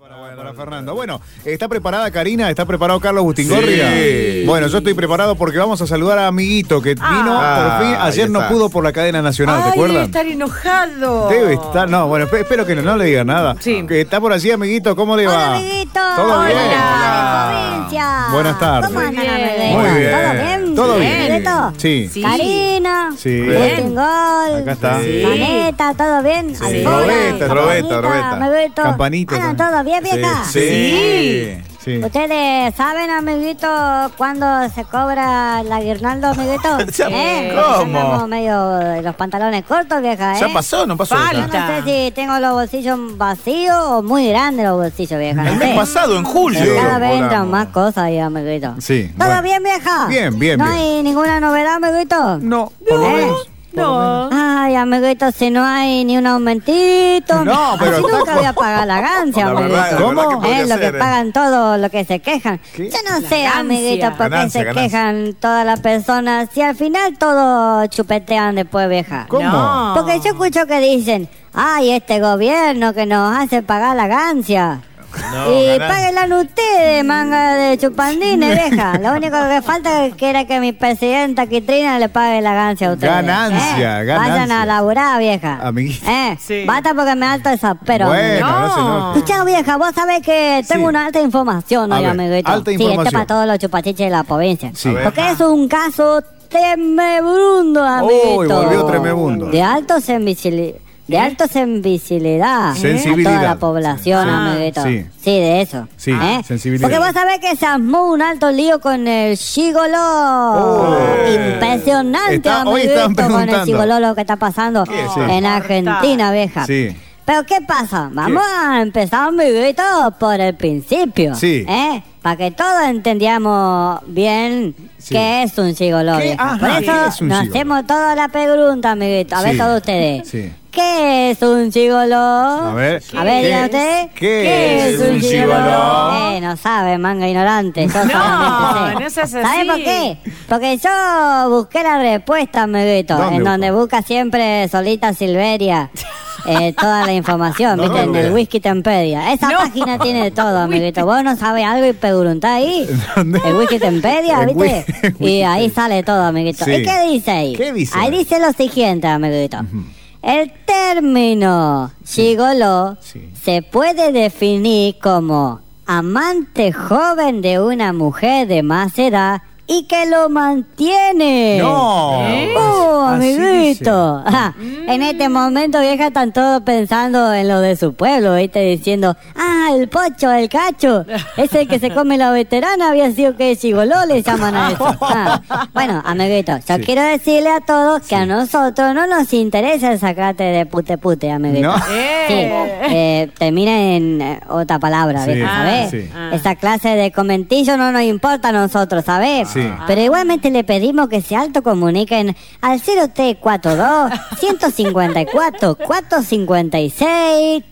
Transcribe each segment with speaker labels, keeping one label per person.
Speaker 1: Hola, Ah, Fernando. Bueno, ¿está preparada Karina? ¿Está preparado Carlos Bustingorria?
Speaker 2: Sí.
Speaker 1: Bueno, yo estoy preparado porque vamos a saludar a Amiguito, que
Speaker 3: Ah.
Speaker 1: vino
Speaker 2: Ah,
Speaker 1: por fin. Ayer
Speaker 2: ahí
Speaker 1: no
Speaker 2: está.
Speaker 1: pudo por la cadena nacional, ¿te
Speaker 3: Ay, debe
Speaker 1: acuerdan?
Speaker 3: estar enojado.
Speaker 1: Debe estar- no, bueno, espe- espero que no, no le diga nada.
Speaker 3: Sí.
Speaker 1: Que está por allí, amiguito, ¿cómo le va?
Speaker 4: Hola, amiguito.
Speaker 1: ¿Todo
Speaker 4: Hola,
Speaker 1: bien?
Speaker 4: mi provincia.
Speaker 1: Buenas tardes.
Speaker 4: ¿Cómo andan,
Speaker 3: Muy bien.
Speaker 4: amiguito?
Speaker 1: Muy bien.
Speaker 4: ¿Todo
Speaker 1: ¿Todo
Speaker 4: bien?
Speaker 1: bien?
Speaker 4: ¿Amiguito?
Speaker 1: Sí.
Speaker 3: Sí.
Speaker 4: Karina.
Speaker 1: Sí.
Speaker 4: Gol.
Speaker 1: Acá está.
Speaker 2: Sí.
Speaker 4: Campaneta, ¿todo bien? Alfora,
Speaker 2: Probeta, probeta,
Speaker 4: campanita,
Speaker 2: probeta.
Speaker 4: amiguito.
Speaker 1: Campanita
Speaker 4: Andan
Speaker 1: también.
Speaker 4: todo bien, vieja.
Speaker 2: Este, Sí.
Speaker 1: Sí.
Speaker 4: ¿Ustedes saben, amiguito, cuándo se cobra el aguinaldo, amiguito?
Speaker 2: Ya-
Speaker 4: porque
Speaker 2: ¿cómo?
Speaker 4: andamos medio eh, los pantalones cortos, vieja, ¿eh?
Speaker 2: ¿Ya pasó? ¿No pasó?
Speaker 4: Yo
Speaker 3: Falta.
Speaker 4: no sé si tengo los bolsillos vacíos o muy grandes los bolsillos, vieja.
Speaker 2: El
Speaker 4: no
Speaker 2: mes
Speaker 4: sé.
Speaker 2: pasado, en julio.
Speaker 4: Pero cada vez
Speaker 2: volamos.
Speaker 4: entran más cosas ahí, amiguito.
Speaker 1: Sí,
Speaker 4: ¿Todo
Speaker 1: bueno.
Speaker 4: bien, vieja?
Speaker 1: Bien, bien,
Speaker 4: ¿No
Speaker 1: bien.
Speaker 4: hay ninguna novedad, amiguito?
Speaker 1: No, por lo
Speaker 4: ¿Eh?
Speaker 1: menos.
Speaker 3: No.
Speaker 4: Ay, amiguito, si no hay ni un aumentito.
Speaker 1: No, pero
Speaker 4: Así nunca
Speaker 1: tampoco.
Speaker 4: voy a pagar la gancia,
Speaker 2: La verdad,
Speaker 4: amiguito.
Speaker 2: la verdad que podría
Speaker 4: Es lo que
Speaker 2: ser, eh.
Speaker 4: pagan todos, lo que se quejan. Yo no sé,
Speaker 3: ganancia.
Speaker 4: amiguito, por qué
Speaker 2: Ganancia,
Speaker 4: se
Speaker 2: ganancia.
Speaker 4: quejan todas las personas. Si al final todos chupetean después, vieja.
Speaker 1: ¿Cómo?
Speaker 3: No.
Speaker 4: Porque yo escucho que dicen, ay, este gobierno que nos hace pagar la gancia.
Speaker 2: No,
Speaker 4: y
Speaker 2: ganan-
Speaker 4: páguenla ustedes, manga de chupandines, vieja. Lo único que falta es que era que mi presidenta Quitrina le pague la gancia a ustedes.
Speaker 1: Ganancia,
Speaker 4: ¿eh?
Speaker 1: ganancia.
Speaker 4: Vayan a laburar, vieja.
Speaker 1: Amiguito.
Speaker 4: ¿Eh?
Speaker 3: Sí.
Speaker 4: Basta porque me alto esa pero.
Speaker 1: bueno, no,
Speaker 3: No.
Speaker 1: señor.
Speaker 4: Y chao, vieja, vos sabés que tengo
Speaker 1: Sí.
Speaker 4: una alta información
Speaker 1: A
Speaker 4: hoy,
Speaker 1: ver,
Speaker 4: amiguito.
Speaker 1: alta
Speaker 4: Sí, este
Speaker 1: información.
Speaker 4: es para todos los chupachiches de la provincia.
Speaker 1: Sí. A ver.
Speaker 4: Porque es un caso tremebundo, amiguito.
Speaker 1: Uy, volvió tremebundo. ¿Eh?
Speaker 4: De alto sensibilidad. De alta sensibilidad,
Speaker 1: Sensibilidad.
Speaker 4: a toda la población,
Speaker 1: Sí.
Speaker 4: amiguito.
Speaker 1: Sí.
Speaker 4: Sí. de eso. ¿eh?
Speaker 1: Sí, sensibilidad.
Speaker 4: Porque vos sabés que se armó un alto lío con el gigoló. Impresionante,
Speaker 1: Oh. Está- hoy
Speaker 4: amiguito,
Speaker 1: estaban
Speaker 4: con el
Speaker 1: preguntando.
Speaker 4: gigoló lo que está pasando
Speaker 1: ¿Qué es eso?
Speaker 4: en Argentina, vieja.
Speaker 1: Sí.
Speaker 4: Pero ¿qué pasa? Vamos a empezar mi grito por el principio.
Speaker 1: Sí.
Speaker 4: ¿Eh? Para que todos entendiamos bien
Speaker 1: Sí.
Speaker 4: qué es un gigoló.
Speaker 1: ¿Qué?
Speaker 4: vieja.
Speaker 1: Ajá,
Speaker 4: por
Speaker 1: ¿qué
Speaker 4: eso
Speaker 1: Ah, es un
Speaker 4: nos
Speaker 1: gigoló?
Speaker 4: hacemos toda la pregunta, amiguito. A ver
Speaker 1: Sí.
Speaker 4: todos ustedes.
Speaker 1: Sí.
Speaker 4: ¿Qué es un gigoló? A
Speaker 1: ver.
Speaker 4: A ver,
Speaker 1: ¿Qué
Speaker 4: digan
Speaker 1: es-
Speaker 4: ustedes.
Speaker 1: qué es un gigoló?
Speaker 4: Eh, no sabe, manga ignorante. Yo solamente sé.
Speaker 3: no seas así.
Speaker 4: ¿Sabe por qué? Porque yo busqué la respuesta, amiguito,
Speaker 1: ¿Dónde
Speaker 4: en
Speaker 1: buscó?
Speaker 4: donde busca siempre Solita Silveria eh, toda la información,
Speaker 1: No,
Speaker 4: ¿viste?
Speaker 1: no,
Speaker 4: En el
Speaker 1: no.
Speaker 4: Whisky Tempedia. Esa página tiene todo, amiguito. Vos no sabés algo y preguntá ahí.
Speaker 1: ¿Dónde?
Speaker 4: El Whisky Tempedia,
Speaker 1: El
Speaker 4: ¿viste?
Speaker 1: whi- el
Speaker 4: Y ahí sale todo, amiguito.
Speaker 1: Sí.
Speaker 4: ¿Y qué dice ahí?
Speaker 1: ¿Qué dice?
Speaker 4: Ahí dice lo siguiente, amiguito. El término gigoló
Speaker 1: Sí.
Speaker 4: se puede definir como amante joven de una mujer de más edad y que lo mantiene.
Speaker 1: No.
Speaker 4: ¡Oh,
Speaker 1: Así Mm.
Speaker 4: amiguito! Ah, En este momento, vieja, están todos pensando en lo de su pueblo, ¿viste? Diciendo, ah, el pocho, el cacho, es el que se come la veterana, había sido que chigoló le llaman a eso. Ah, bueno, amiguito, yo
Speaker 1: Sí.
Speaker 4: quiero decirle a todos que a nosotros no nos interesa el sacate de pute pute, amiguito.
Speaker 1: No.
Speaker 4: Sí,
Speaker 3: Eh.
Speaker 4: eh, termina en eh, otra palabra,
Speaker 1: Sí,
Speaker 4: vieja, ¿sabés?
Speaker 1: sí.
Speaker 3: Ah.
Speaker 4: Esa clase de comentillo no nos importa a nosotros, ¿sabes?
Speaker 1: Sí.
Speaker 4: Pero igualmente le pedimos que se autocomuniquen al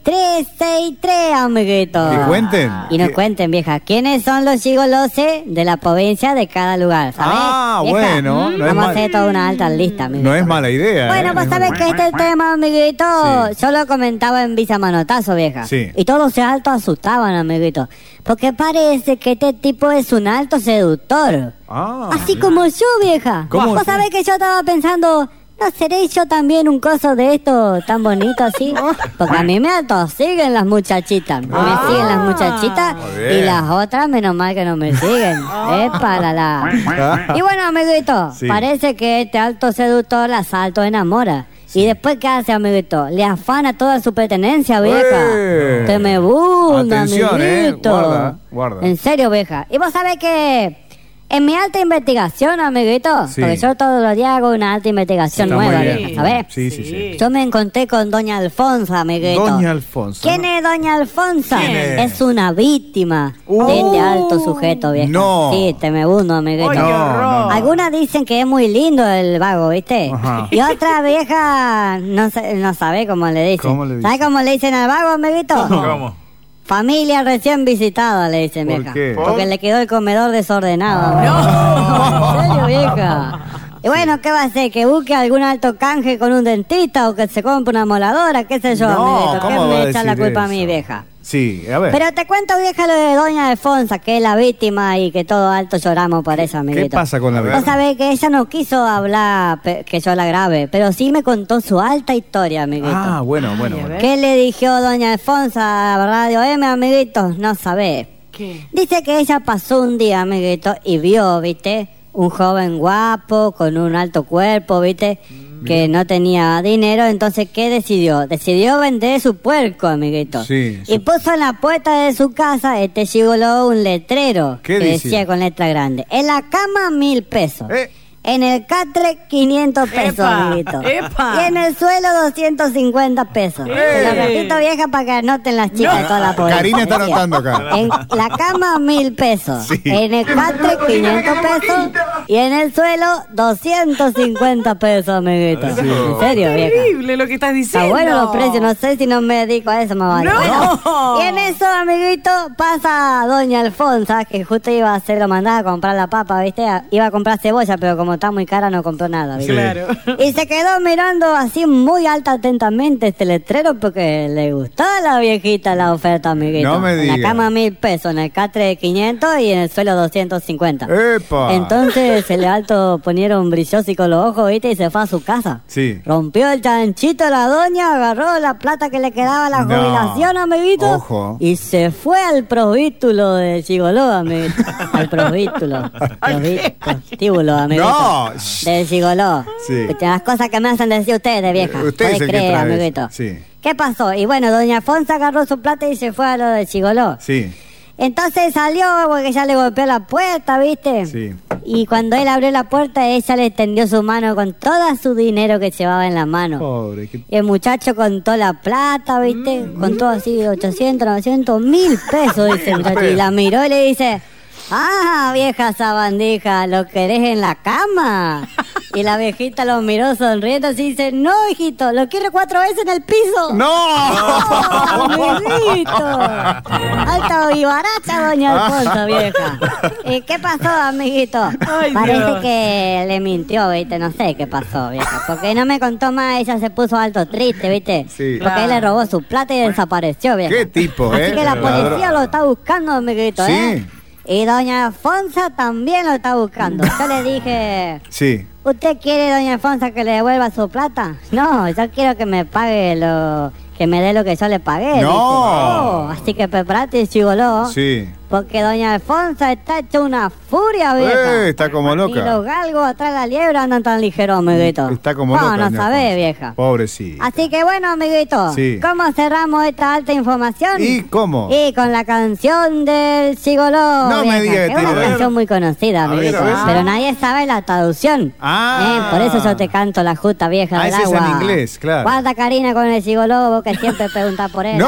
Speaker 4: 0342-154-456-363, amiguito.
Speaker 1: Que cuenten.
Speaker 4: Y nos
Speaker 1: Que-
Speaker 4: cuenten, vieja, quiénes son los gigoloses de la provincia de cada lugar, ¿sabes?
Speaker 1: Ah,
Speaker 4: vieja?
Speaker 1: bueno, no es
Speaker 4: Vamos a
Speaker 1: mal.
Speaker 4: hacer toda una alta lista, amiguito.
Speaker 1: No es mala idea.
Speaker 4: Bueno,
Speaker 1: ¿eh?
Speaker 4: vos
Speaker 1: Es
Speaker 4: sabés
Speaker 1: mala-
Speaker 4: que este tema, amiguito,
Speaker 1: Sí.
Speaker 4: yo lo comentaba en Visa Manotazo, vieja.
Speaker 1: Sí.
Speaker 4: Y todos se alto asustaban, amiguito. Porque parece que este tipo es un alto seductor.
Speaker 1: Ah.
Speaker 4: Así como yo, vieja.
Speaker 1: ¿Cómo
Speaker 4: Vos
Speaker 1: así?
Speaker 4: sabés que yo estaba pensando, ¿no seré yo también un coso de esto tan bonito así? Porque a mí me siguen las muchachitas.
Speaker 3: Ah.
Speaker 4: Me siguen las muchachitas
Speaker 2: Muy bien.
Speaker 4: y las otras, menos mal que no me siguen. Es para la...
Speaker 1: Ah.
Speaker 4: Y bueno, amiguito,
Speaker 1: Sí.
Speaker 4: parece que este alto seductor asalto enamora. Y después, ¿qué hace, amiguito? Le afana toda su pertenencia,
Speaker 1: ¡Eh!
Speaker 4: vieja. Te me bunda,
Speaker 1: Atención, eh.
Speaker 4: amiguito.
Speaker 1: Guarda, guarda.
Speaker 4: En serio, vieja. Y vos sabés que en mi alta investigación, amiguito,
Speaker 1: Sí.
Speaker 4: porque yo todos los días hago una alta investigación
Speaker 1: Está muy
Speaker 4: nueva,
Speaker 1: bien.
Speaker 4: vieja, ¿sabés?
Speaker 1: Sí, sí, sí.
Speaker 4: Yo me encontré con Doña Alfonsa, amiguito.
Speaker 1: Doña Alfonso.
Speaker 4: ¿Quién es Doña Alfonsa?
Speaker 2: ¿Quién es?
Speaker 4: es? una víctima
Speaker 1: Uh.
Speaker 4: de este alto sujeto, vieja.
Speaker 1: No.
Speaker 4: Sí, te me bundo,
Speaker 3: ¡Ay,
Speaker 4: amiguito.
Speaker 3: qué horror!
Speaker 4: Algunas dicen que es muy lindo el vago, ¿viste?
Speaker 1: Ajá.
Speaker 4: Y otra vieja no, sa- no sabe cómo le dicen.
Speaker 1: ¿Cómo le
Speaker 4: ¿Sabe
Speaker 1: dicen?
Speaker 4: cómo le dicen al vago, amiguito?
Speaker 2: ¿Cómo?
Speaker 4: Familia recién visitada, le dicen,
Speaker 1: ¿Por
Speaker 4: vieja.
Speaker 1: qué? Ah.
Speaker 4: Porque le quedó el comedor desordenado. ¡No! ¿En serio, vieja? Y bueno, ¿qué va a hacer? ¿Que busque algún alto canje con un dentista o que se compre una moladora? ¿Qué sé yo,
Speaker 1: No,
Speaker 4: amiguito? ¿Qué
Speaker 1: ¿cómo va a
Speaker 4: me echa la
Speaker 1: decir
Speaker 4: culpa a
Speaker 1: eso? Eh.
Speaker 4: mi vieja?
Speaker 1: Sí, a ver.
Speaker 4: Pero te cuento, vieja, lo de Doña Alfonsa, que es la víctima y que todo alto lloramos por eso, amiguito.
Speaker 1: ¿Qué pasa con la
Speaker 4: Vos
Speaker 1: verdad?
Speaker 4: sabés que ella no quiso hablar pe- que yo la grabe, pero sí me contó su alta historia, amiguito.
Speaker 1: Ah, bueno, bueno.
Speaker 3: Ay, a
Speaker 1: bueno.
Speaker 3: ver.
Speaker 4: ¿Qué le dijo Doña Alfonsa a Radio M, amiguitos? No sabés.
Speaker 3: ¿Qué?
Speaker 4: Dice que ella pasó un día, amiguito, y vio, ¿viste? Un joven guapo, con un alto cuerpo, ¿viste?
Speaker 1: Mm.
Speaker 4: Que no tenía dinero, entonces, ¿qué decidió? Decidió vender su puerco, amiguito.
Speaker 1: Sí,
Speaker 4: Y puso en la puerta de su casa, este gigoló, un letrero
Speaker 1: ¿Qué
Speaker 4: que
Speaker 1: dice?
Speaker 4: decía con letra grande. En la cama, mil pesos.
Speaker 1: Eh.
Speaker 4: En el catre, 500 pesos,
Speaker 3: Epa,
Speaker 4: amiguito.
Speaker 3: epa.
Speaker 4: Y en el suelo, 250 pesos.
Speaker 3: Eh.
Speaker 4: Se lo repito, vieja, para que anoten las chicas
Speaker 1: No.
Speaker 4: toda la pobreza.
Speaker 1: Karina está anotando acá.
Speaker 4: En la cama, mil pesos.
Speaker 1: Sí.
Speaker 4: En el catre, 500 pesos. Y en el suelo, 250 pesos, amiguito.
Speaker 1: Sí.
Speaker 4: ¿En serio, vieja?
Speaker 3: Terrible lo que estás
Speaker 4: Está
Speaker 3: diciendo.
Speaker 4: bueno los precios, no sé si no me dedico a eso, mamá.
Speaker 3: No.
Speaker 4: Bueno, y en eso, amiguito, pasa doña Alfonsa, que justo iba a hacerlo mandar a comprar la papa, ¿viste? A- Iba a comprar cebolla, pero como está muy cara no compró nada, ¿viste?
Speaker 1: Sí.
Speaker 3: Claro.
Speaker 4: Y se quedó mirando así muy alta atentamente este letrero porque le gustaba a la viejita la oferta, amiguito.
Speaker 1: No me
Speaker 4: En la
Speaker 1: diga.
Speaker 4: cama mil pesos, en el catre de 500 y en el suelo 250.
Speaker 1: ¡Epa!
Speaker 4: Entonces el alto ponieron brilloso con los ojos, ¿viste? Y se fue a su casa.
Speaker 1: Sí.
Speaker 4: Rompió el chanchito de la doña, agarró la plata que le quedaba a la
Speaker 1: No.
Speaker 4: jubilación, amiguito.
Speaker 1: Ojo.
Speaker 4: Y se fue al prosvítulo de Chigoló, amiguito. al prosvítulo. Prosví- prostíbulo, amiguito.
Speaker 1: No, shh.
Speaker 4: Del Gigoló.
Speaker 1: Sí.
Speaker 4: Escucha, Las cosas que me hacen decir ustedes, vieja.
Speaker 1: Eh, ustedes
Speaker 4: Ustedes
Speaker 1: dicen que
Speaker 4: creen,
Speaker 1: otra vez.
Speaker 4: amiguito.
Speaker 1: Sí.
Speaker 4: ¿Qué pasó? Y bueno, doña Alfonso agarró su plata y se fue a lo del Gigoló.
Speaker 1: Sí.
Speaker 4: Entonces salió porque ya le golpeó la puerta, ¿viste?
Speaker 1: Sí.
Speaker 4: Y cuando él abrió la puerta, ella le extendió su mano con todo su dinero que llevaba en la mano.
Speaker 1: Pobre. qué-
Speaker 4: Y el muchacho contó la plata, ¿viste? Contó así 800, 900, mil pesos, dice el muchacho. Y la miró y le dice, ah, vieja sabandija, ¿lo querés en la cama? Y la viejita lo miró sonriendo así y dice, no, hijito, lo quiero cuatro veces en el piso. ¡Oh, amiguito! Alto y barata, doña Alfonso, vieja. ¿Y qué pasó, amiguito?
Speaker 3: Ay,
Speaker 4: Parece
Speaker 3: Dios.
Speaker 4: que le mintió, viste, no sé qué pasó, vieja. Porque no me contó más, ella se puso alto triste, viste.
Speaker 1: Sí.
Speaker 4: Porque él le robó su plata y desapareció, vieja.
Speaker 1: Qué tipo,
Speaker 4: Así
Speaker 1: eh,
Speaker 4: que la
Speaker 1: ladrón.
Speaker 4: policía lo está buscando, amiguito,
Speaker 1: Sí.
Speaker 4: ¿eh? Y doña Alfonso también lo está buscando. Yo le dije...
Speaker 1: Sí.
Speaker 4: ¿Usted quiere, doña Alfonso, que le devuelva su plata? No, yo quiero que me pague lo... Que me dé lo que yo le pagué.
Speaker 1: No.
Speaker 4: dice. Oh, así que prepárate, chigoló.
Speaker 1: Sí.
Speaker 4: Porque doña Alfonso está hecha una furia, vieja.
Speaker 1: Eh, está como
Speaker 4: Y los
Speaker 1: loca.
Speaker 4: galgos atrás de la liebre andan tan ligeros, amiguito.
Speaker 1: Está como
Speaker 4: No,
Speaker 1: loca.
Speaker 4: no
Speaker 1: doña
Speaker 4: sabés,
Speaker 1: Concha.
Speaker 4: vieja.
Speaker 1: Pobrecita.
Speaker 4: Así que bueno, amiguito,
Speaker 1: Sí.
Speaker 4: ¿cómo cerramos esta alta información?
Speaker 1: ¿Y cómo?
Speaker 4: Y con la canción del Chigoló.
Speaker 1: No me diga que
Speaker 4: Es una
Speaker 1: tiene-
Speaker 4: canción muy conocida,
Speaker 1: A ver,
Speaker 4: amiguito.
Speaker 1: a ver.
Speaker 4: Pero nadie sabe la traducción.
Speaker 1: Ah.
Speaker 4: Eh, por eso yo te canto la justa vieja
Speaker 1: Ah,
Speaker 4: del
Speaker 1: ese es en
Speaker 4: agua.
Speaker 1: inglés, claro.
Speaker 4: Guarda, Karina, con el Chigoló, vos que siempre preguntás por él.
Speaker 1: ¡No!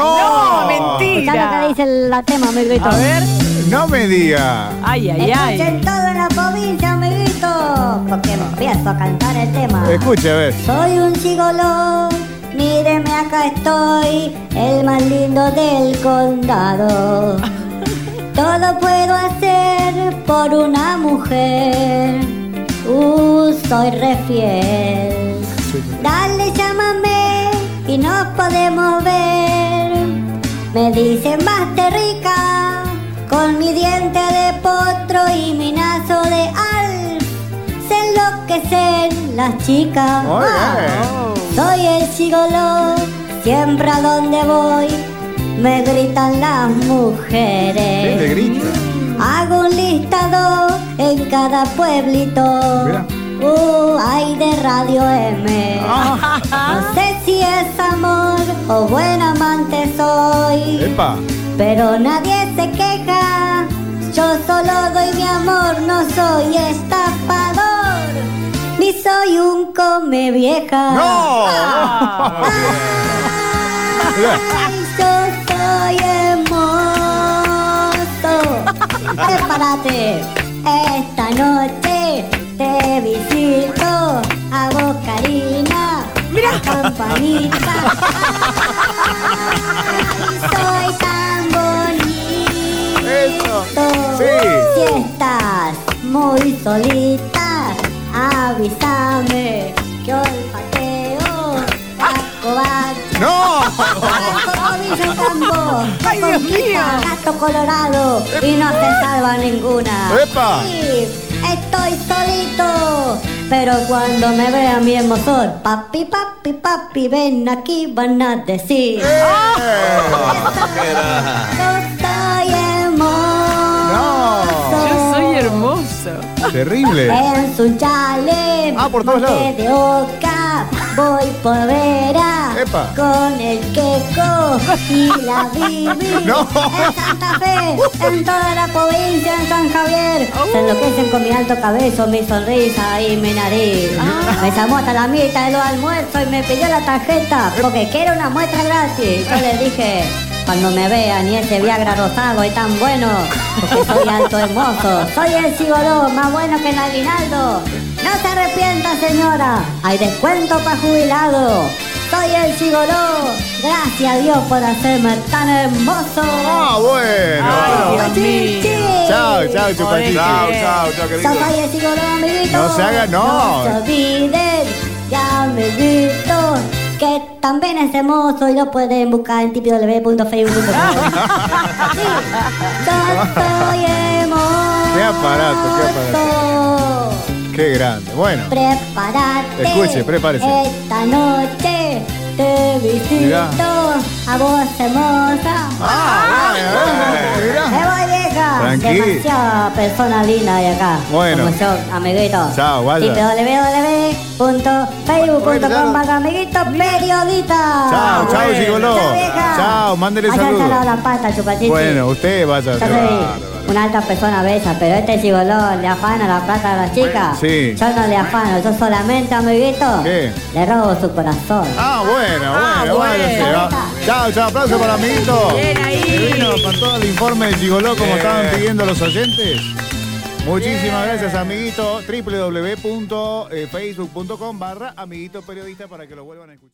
Speaker 3: No, mentira.
Speaker 4: Escuchá lo que dice la tema, amiguito.
Speaker 3: A ver.
Speaker 1: No me diga.
Speaker 3: Ay, ay, ay.
Speaker 4: Escuchen todo en la provincia, amiguito. Porque empiezo a cantar el tema.
Speaker 1: Escuche, a ver.
Speaker 4: Soy un gigoló, míreme acá estoy, el más lindo del condado. Todo puedo hacer por una mujer, uh, soy re fiel. Dale, llámame y nos podemos ver. Me dicen baste rica, con mi diente de potro y mi nazo de alf, se enloquecen las chicas.
Speaker 1: Muy bien.
Speaker 4: Ah. Soy el gigoló, siempre a donde voy me gritan las
Speaker 1: ¿Qué te
Speaker 4: mujeres.
Speaker 1: grita?
Speaker 4: Hago un listado en cada pueblito.
Speaker 1: Mira. Ah.
Speaker 4: Uh, ay de Radio M. No sé si es amor o buen amante soy.
Speaker 1: Epa.
Speaker 4: Ah. Pero nadie se queja, yo solo doy mi amor, no soy estafador, ni soy un come vieja.
Speaker 1: ¡No!
Speaker 4: Ah. Ay, yo soy hermoso. Prepárate, esta noche te visito a vos, Karina. Mira, campanita. Soy tan bonito.
Speaker 1: Eso. Sí.
Speaker 4: Si estás muy solita, avísame que olfateo, taco
Speaker 1: ¡No!
Speaker 4: Como dice Cambo,
Speaker 3: Ay, Dios
Speaker 4: conquista
Speaker 3: mío.
Speaker 4: gato colorado y no se salva ninguna.
Speaker 1: ¡Epa!
Speaker 4: Sí, estoy solito, pero cuando me vea mi hermosor, papi, papi, papi, ven aquí, van a decir. Yo soy
Speaker 1: ¡Ah!
Speaker 4: hermoso.
Speaker 3: Yo soy hermoso.
Speaker 1: Terrible.
Speaker 4: En su chale,
Speaker 1: Ah, por todos
Speaker 4: monte
Speaker 1: lados.
Speaker 4: de Oca, voy por Vera,
Speaker 1: Epa.
Speaker 4: con el queco y la Bibi.
Speaker 1: No.
Speaker 4: En Santa Fe, en toda la provincia, en San Javier, se enloquecen con mi alto cabezo, mi sonrisa y mi nariz. Me llamó hasta la mitad de los almuerzos y me pidió la tarjeta, porque quiero una muestra gratis. Yo le dije... Cuando me vean y ese Viagra rosado y tan bueno, porque soy alto hermoso, soy el cigoló más bueno que el aguinaldo. No se arrepienta, señora, hay descuento para jubilado. Soy el cigoló, gracias a Dios por hacerme tan hermoso.
Speaker 1: Ah, bueno.
Speaker 3: Ay, Dios
Speaker 4: Sí,
Speaker 3: mío.
Speaker 4: sí.
Speaker 1: Chao, chao, chupachín.
Speaker 3: Chao,
Speaker 2: chao, chao,
Speaker 4: Yo soy el cigoló, amiguito.
Speaker 1: No se haga, no.
Speaker 4: No se olviden, ya me visto, que también es hermoso y lo pueden buscar en www.facebook.com. Sí, yo soy hermoso.
Speaker 1: Qué aparato, qué Qué grande. Bueno.
Speaker 4: Prepárate.
Speaker 1: Escuche, prepárese.
Speaker 4: Esta noche te visito
Speaker 1: Mirá.
Speaker 4: a vos hermosa.
Speaker 1: Ah, bueno,
Speaker 4: Me
Speaker 1: mirá.
Speaker 4: voy vieja.
Speaker 1: Tranqui.
Speaker 4: Demasiada persona linda de acá.
Speaker 1: Bueno.
Speaker 4: Como yo, amiguito.
Speaker 1: Chao, vaya.
Speaker 4: www.facebook.com barra amiguito periodista.
Speaker 1: Chao, chao,
Speaker 4: Bueno.
Speaker 1: gigoló.
Speaker 4: Chao, vieja.
Speaker 1: Chao, mándele
Speaker 4: Vaya
Speaker 1: saludos.
Speaker 4: al salón a la pata, chupachichi.
Speaker 1: Bueno, usted vaya.
Speaker 4: Yo
Speaker 1: qué
Speaker 4: soy
Speaker 1: bárbaro.
Speaker 4: una alta persona bella, pero este chigolón le afana la plata a las chicas.
Speaker 1: sí.
Speaker 4: Yo no le afano, yo solamente, amiguito,
Speaker 1: ¿Qué?
Speaker 4: le robo su corazón.
Speaker 1: Ah, bueno,
Speaker 3: Ah,
Speaker 1: bueno,
Speaker 3: bueno.
Speaker 1: váyase, va. Chao, chao, aplauso para amiguito.
Speaker 3: Bien ahí.
Speaker 1: Divino, para todo el informe del Gigoló, como
Speaker 2: Bien.
Speaker 1: estaban pidiendo los oyentes. Muchísimas gracias, eh, amiguito. www.facebook.com barra amiguito periodista para que lo vuelvan a escuchar.